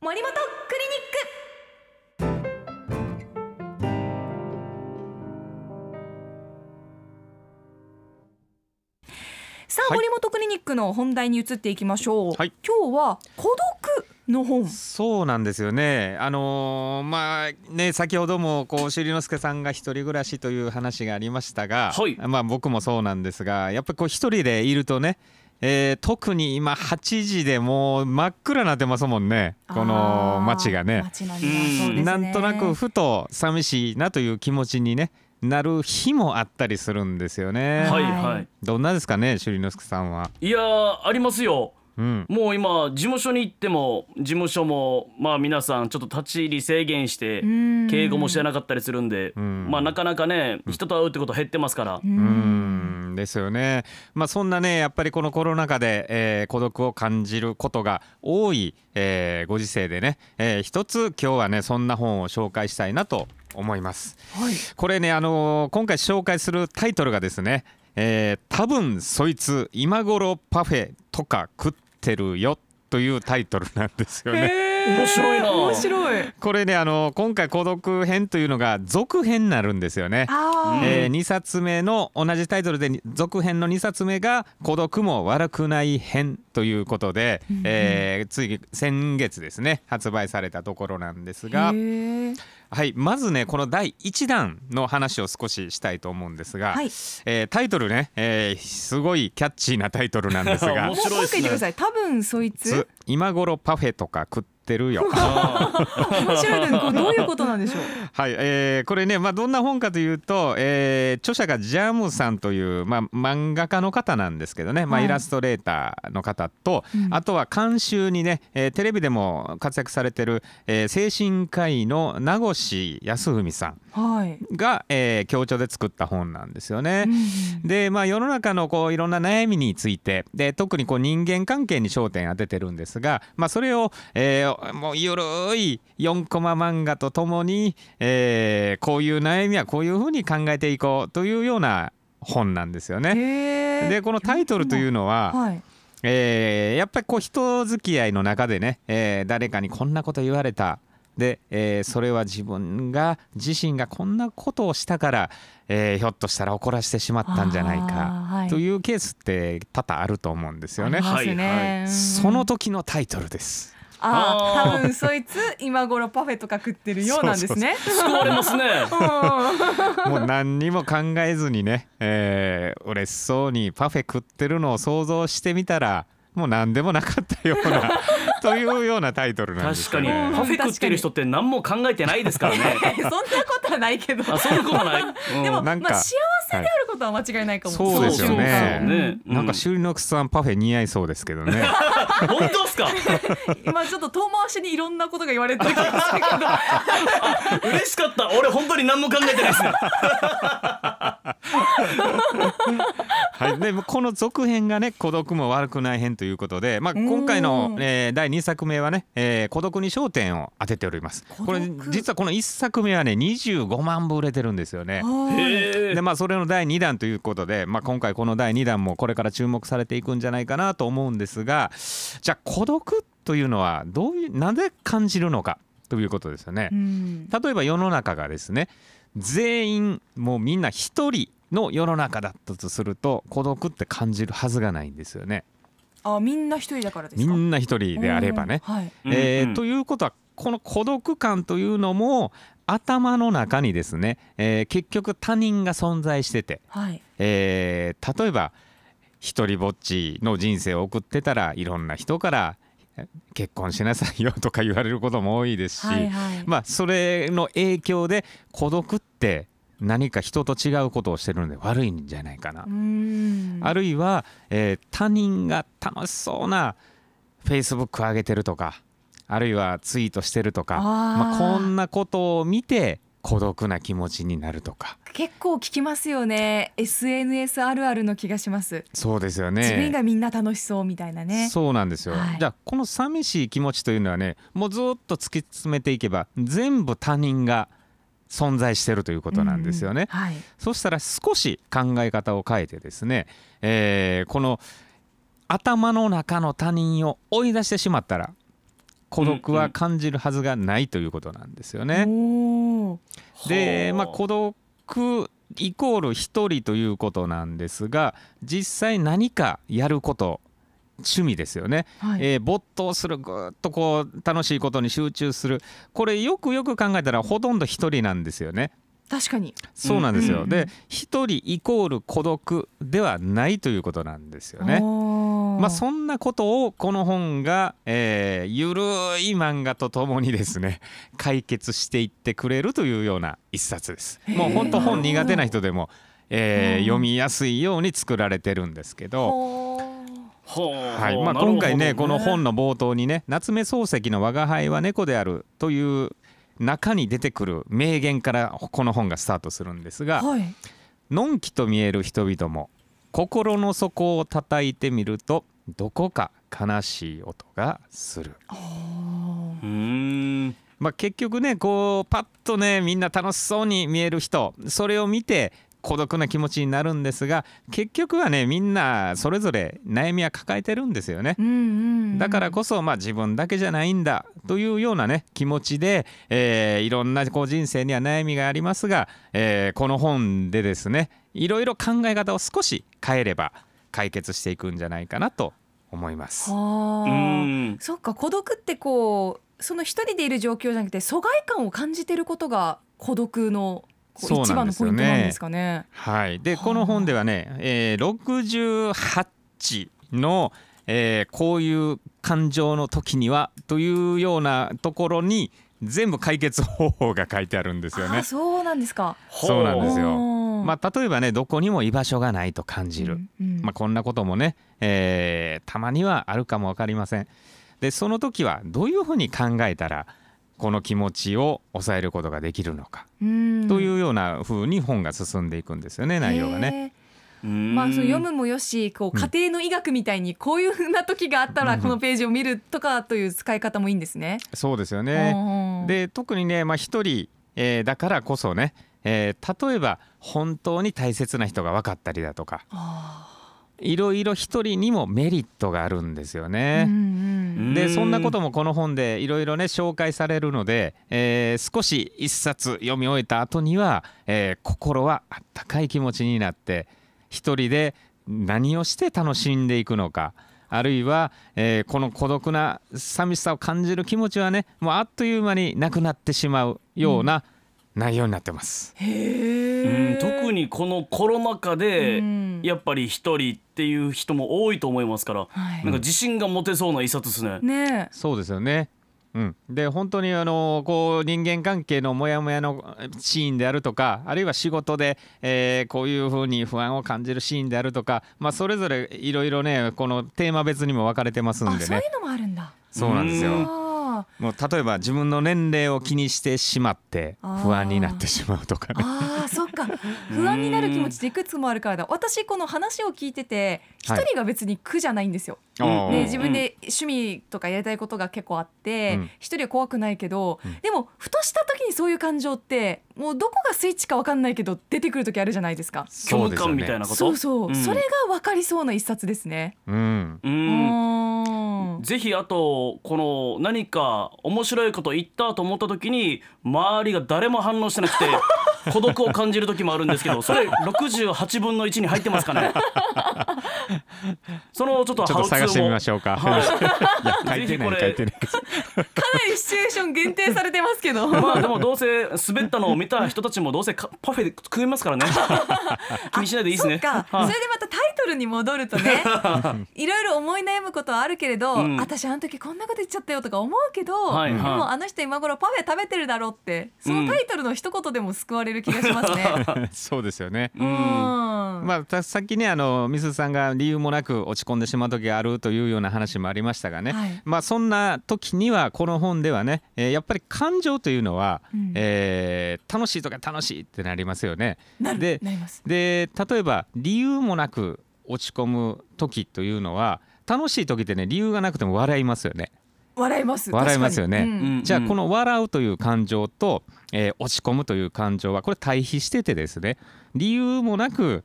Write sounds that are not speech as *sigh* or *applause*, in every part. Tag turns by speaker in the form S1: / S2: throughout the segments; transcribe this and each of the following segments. S1: 森本クリニックさあ、
S2: はい
S1: 森本クリニックの本題に移っていきましょう、
S2: はい
S1: 今日は孤独の本
S2: そうなんですよね。あのーまあね先ほどもこうしりのすけさんが一人暮らしという話がありましたが、
S3: はい
S2: まあ僕もそうなんですが、やっぱりこう一人でいるとね。えー特に今8時でもう真っ暗になってますもんねこの街がね
S1: あー街並みがそうですね
S2: なんとなくふと寂しいなという気持ちに、ね、なる日もあったりするんですよね、
S3: はい
S1: はい
S3: はい
S2: どんなですかねしりのすけさんは、
S3: いやーありますよ
S2: うん、
S3: もう今事務所に行っても事務所もまあ皆さんちょっと立ち入り制限して
S1: うん
S3: 敬語もしてなかったりするんで
S2: ん
S3: まあなかなかね人と会うってこと減ってますから
S2: うーんですよね、まあ、そんなねやっぱりこのコロナ禍で、えー孤独を感じることが多い、えーご時世でね、えー一つ今日はねそんな本を紹介したいなと思います。
S1: はい
S2: これね、あのー今回紹介するタイトルがですね、えー多分そいつ今頃パフェとか食ってるよというタイトルなんですよね。
S3: 面白いな
S1: 面白い
S2: これね、あのー今回孤独編というのが続編になるんですよね。
S1: あー、
S2: え2冊目の同じタイトルでに続編の2冊目が「孤独も悪くない編」ということで、えーつい先月ですね発売されたところなんですが、
S1: へー
S2: はい、まずねこの第1弾の話を少ししたいと思うんですが、
S1: はい
S2: えータイトルね、えーすごいキャッチーなタイトルなんです
S1: *laughs*
S2: が
S3: 面
S1: もう
S3: 白い
S1: もう
S3: で
S1: 一
S3: す
S1: 回言
S3: ね
S1: ってください多分そいつ
S2: つ「今頃パフェとか食ってるよ」
S1: 面白いですこれどういうことなんでしょう
S2: はい、えーこれね、まあ、どんな本かというと、えー著者がジャムさんという、まあ、漫画家の方なんですけどね、まあ、
S1: はい
S2: イラストレーターの方と、
S1: うん
S2: あとは監修にね、えーテレビでも活躍されてる、えー精神科医の名越康文さん
S1: はい、
S2: が、えー協調で作った本なんですよね。
S1: うん
S2: でまあ、世の中のこういろんな悩みについてで特にこう人間関係に焦点当ててるんですが、まあ、それを、えーもうゆるい4コマ漫画とともに、えーこういう悩みはこういうふうに考えていこうというような本なんですよね。
S1: へー
S2: でこのタイトルというのは、
S1: はい、
S2: えーやっぱりこう人付き合いの中でね、えー誰かにこんなこと言われたで、えーそれは自分が自身がこんなことをしたから、えーひょっとしたら怒らせてしまったんじゃないか、
S1: あーはい
S2: というケースって多々あると思うんですよね。
S1: ありますね
S3: は
S2: その時のタイトルです。
S1: あー
S3: あー
S1: 多分そいつ今頃パフェとか食ってるようなんですね。
S3: 救われま
S2: *laughs*
S3: すね
S2: もう何にも考えずにね、えー、嬉しそうにパフェ食ってるのを想像してみたらもう何でもなかったよう
S1: *laughs*
S2: なというようなタイトルなんです
S3: 確
S2: よ
S3: かに
S2: ね。
S3: パフェ食ってる人って何も考えてないですからね
S1: *laughs* そんなことはないけど。
S3: あそういうこと
S2: *laughs*
S3: はないうん
S1: でも
S2: なんか
S1: まあ幸せであることは間違いないかも。
S2: そうですよね
S3: そうそうねう
S2: なんか修理のくさんパフェ似合いそうですけどね。
S3: 本当ですか
S1: 今ちょっと遠回しにいろんなことが言われてる気がするけど。
S3: 嬉しかった俺本当に何も考えてないですね
S2: はい、でもこの続編がね「孤独も悪くない編」ということで、まあ、今回の
S1: う、ん
S2: えー第2作目はね、えー孤独に焦点を当てております
S1: 孤独
S2: これ実はこの1作目はね25万部売れてるんですよ *laughs* ね。
S1: はい
S2: でまあ、それの第2弾ということで、まあ、今回この第2弾もこれから注目されていくんじゃないかなと思うんですがじゃあ孤独というのはどういうなぜ感じるのかということですよね。
S1: うん
S2: 例えば世の中がですね全員もうみんな一人の世の中だったとすると孤独って感じるはずがないんですよね。
S1: あみんな一人だからです
S2: み
S1: か。
S2: んな一人であればね。
S1: うんはい。
S3: うん
S2: えー
S3: うん
S2: ということはこの孤独感というのも頭の中にですね、えー結局他人が存在してて、
S1: はい。
S2: えー例えば一人ぼっちの人生を送ってたらいろんな人からえ「結婚しなさいよ」とか言われることも多いですし、
S1: はいはい。
S2: まあそれの影響で孤独って何か人と違うことをしてるので悪いんじゃないかな、
S1: うん。
S2: あるいは、えー他人が楽しそうな Facebook 上げてるとかあるいはツイートしてるとか
S1: あー
S2: まあ、こんなことを見て孤独な気持ちになるとか
S1: 結構聞きますよね。SNS あるあるの気がします。
S2: そうですよ
S1: 自分
S2: ね。
S1: がみんな楽しそうみたいなね。
S2: そうなんですよ、
S1: はい
S2: じゃあこの寂しい気持ちというのはねもうずっと突き詰めていけば全部他人が存在してるということなんですよね。
S1: うんうんはい。
S2: そしたら少し考え方を変えてですね、えーこの頭の中の他人を追い出してしまったら孤独は感じるはずがないということなんですよね。
S1: おー
S2: で、
S3: は
S2: まあ、孤独イコール一人ということなんですが実際何かやること趣味ですよね、
S1: はい
S2: えー没頭するぐーっとこう楽しいことに集中するこれよくよく考えたらほとんど一人なんですよね
S1: 確かに。
S2: そうなんですよ、
S1: うん
S2: で一人イコール孤独ではないということなんですよね
S1: おー
S2: まあそんなことをこの本が、えーゆるい漫画とともにで
S1: *laughs*
S2: すね解決していってくれるというような一冊です。
S1: へー
S2: もう本当本苦手な人でも、えー
S1: うん
S2: 読みやすいように作られてるんですけど。
S1: ほー
S3: ほう
S2: はいまあ、
S3: なるほど
S2: 今回ねこの本
S3: の
S2: の冒頭にね「夏目漱石の吾輩は猫である」という中に出てくる名言からこの本がスタートするんですが
S1: はい。
S2: のんきと見える人々も心の底を叩いてみるとどこか悲しい音がする、
S1: お
S3: うーん
S2: まあ、結局ねこうパッとねみんな楽しそうに見える人それを見て孤独な気持ちになるんですが結局はねみんなそれぞれ悩みは抱えてるんですよね
S1: ー。うんうんうん。
S2: だからこそ、まあ、自分だけじゃないんだというような、ね、気持ちで、えーいろんなこう人生には悩みがありますが、えーこの本でですねいろいろ考え方を少し変えれば解決していくんじゃないかなと思います。
S3: う
S1: はー
S3: ーん
S1: そっか孤独ってこうその一人でいる状況じゃなくて疎外感を感じてることが孤独のこ
S2: そうう
S1: 一
S2: な
S1: 番
S2: んで
S1: の
S2: す
S1: ポイ
S2: よ
S1: ン
S2: ね
S1: トなんですかね。
S2: はい、で
S1: はあ
S2: この本ではね、えー68の、えーこういう感情の時にはというようなところに全部解決方法が書いてあるんですよ
S1: あー
S2: ね。
S1: そうなんですか。
S3: ほ
S2: そうなんですよ
S1: ま
S2: まあ、例えばねどこにも居場所がないと感じる、まあ、こんなこともね、えーたまにはあるかも分かりませんでその時はどういうふうに考えたらこの気持ちを抑えることができるのか、といううような風に本が進んでいくんですよね
S1: ん
S2: 内容がね。
S1: へー
S3: うーん
S1: まあ、その読むもよしこう
S2: うん
S1: 家庭の医学みたいにこういうふうな時があった
S2: う
S1: ら
S2: ん
S1: このページを見るとかという使い方もいいんですね。
S2: そうですよ
S1: う
S2: ね、
S1: んうん、
S2: で特にねまあ、一人、えーだからこそね、えー例えば本当に大切な人が分かったりだとか
S1: あ
S2: いろいろ一人にもメリットがあるんですよ
S1: ー
S2: ね。
S1: うんうん
S2: で
S3: うん
S2: そんなこともこの本でいろいろね紹介されるので、えー少し一冊読み終えた後には、えー心はあったかい気持ちになって一人で何をして楽しんでいくのかあるいは、えーこの孤独な寂しさを感じる気持ちはねもうあっという間になくなってしまうような内容になってます。
S1: へ
S3: うん
S1: え
S3: 特にこのコロナ禍で、
S1: うん
S3: やっぱり一人っていう人も多いと思いますから、
S1: はい
S3: なんか自信が持てそうな一冊ですね。
S1: ねえ
S2: そうですよね。うん、で本当にあのこう人間関係のモヤモヤのえシーンであるとかあるいは仕事で、えーこういうふうに不安を感じるシーンであるとか、まあ、それぞれいろいろねこのテーマ別にも分かれてますん
S1: あ
S2: で
S1: そうい
S2: ね
S1: うのもあるんだ。
S2: そうなんですよ
S1: あ
S2: もう例えば自分の年齢を気にしてしまって
S1: あー
S2: 不安になってしまうとか
S1: ー
S2: ね。
S1: あーそっか不安になる気持ちっていくつもあるからだ私この話を聞いてて一
S2: はい
S1: 人が別に苦じゃないんですよ、
S3: うん
S1: ね
S3: うん
S1: 自分で趣味とかやりたいことが結構あって
S2: うん
S1: 一、人は怖くないけど、
S2: うん
S1: でもふとした時にそういう感情ってもうどこがスイッチか分かんないけど出てくる時あるじゃないですか
S3: 虚無感みたいなこと。
S1: そうそう、
S3: うん
S1: それが分かりそうな一冊ですね。
S2: うん、
S3: うん。 *laughs*
S1: うん
S3: ぜひあとこの何か面白いこと言ったと思った時に周りが誰も反応してな
S1: *laughs*
S3: くて孤独を感じる時もあるんですけどそれ68分の1に入ってます
S1: *laughs*
S3: かねそのちょっと
S2: ち
S3: ハ
S2: ょっと
S3: ウツー
S2: 探してみ
S3: も
S2: ましょうか。 *laughs* いや書いてない書いてない。
S1: かなりシチュエーション限定されてますけど
S3: まあでもどうせ滑ったのを見た人たちもどうせかパフェで食えますか
S1: *laughs*
S3: らね気にしないでいいですね
S1: そっか、
S3: はい
S1: それでまたタイトルに戻るとね
S3: *laughs*
S1: いろいろ思い悩むことはあるけれど、
S3: うん
S1: 私あの時こんなこと言っちゃったよとか思うけど、
S3: はいはい
S1: でもあの人今頃パフェ食べてるだろうってそのタイトルの一言でも救われる気がしますね。
S2: *laughs* そうですよね。
S1: うん
S2: まあ、たさっきねあのみすさんが理由もなく落ち込んでしまう時があるというような話もありましたがね、
S1: はい
S2: まあ、そんな時にはこの本ではね、えーやっぱり感情というのは、
S1: うん
S2: えー楽しいとか楽しいってなりますよね。
S1: なる
S2: で
S1: なります。
S2: で例えば理由もなく落ち込む時というのは楽しい時ってね理由がなくても笑いますよね。
S1: 笑います。
S2: 笑いますよね
S1: 確かにうん
S2: じゃあこの笑うという感情と、えー落ち込むという感情はこれ対比しててですね理由もなく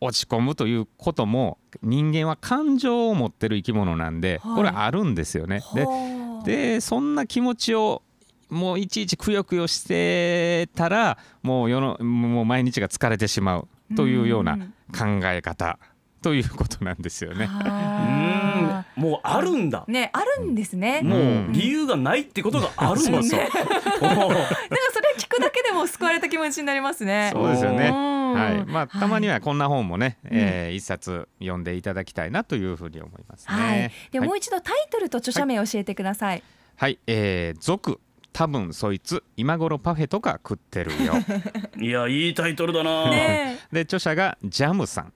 S2: 落ち込むということも人間は感情を持ってる生き物なんで
S1: はい
S2: これあるんですよね。で
S1: ほう
S2: でそんな気持ちをもういちいちくよくよしてたらもう世のもう毎日が疲れてしまうというような考え方ということなんですよね。
S1: あ
S3: うんもうあるんだ
S1: ー。ねあるんですね。
S3: も
S1: だか
S3: う理由がないってことがあるんだ。
S1: そうそう
S3: おう
S1: らそれ聞くだけでも救われた気持ちになりますね。
S2: そうですよね。
S1: うん
S2: はい、まあ、たまに
S1: は
S2: はこんな本もね、えー一冊読んでいただきたいなというふうに思いますね。
S1: はい。で
S2: はい
S1: もう一度タイトルと著者名教えてください。
S2: はい、えー、族多分そいつ今頃パフェとか食ってる
S1: *laughs*
S2: よ
S3: いやいいタイトルだな。
S1: ねえ、
S2: で著者がジャムさん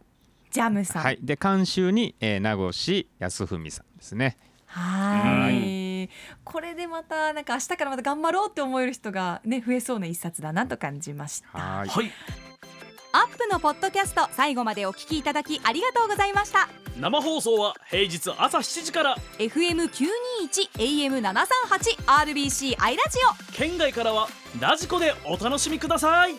S1: ジャムさん。
S2: はいで監修に、えー、名越康文さんですね
S1: は
S3: は
S1: ーい。これでまたなんか明日からまた頑張ろうって思える人がね増えそうな一冊だなと感じました。
S2: はーい
S3: はい。
S4: アップのポッドキャスト最後までお聞きいただきありがとうございました
S5: 生放送は平日朝7時から
S4: FM921 AM738 RBC アイラジオ
S5: 県外からはラジコでお楽しみください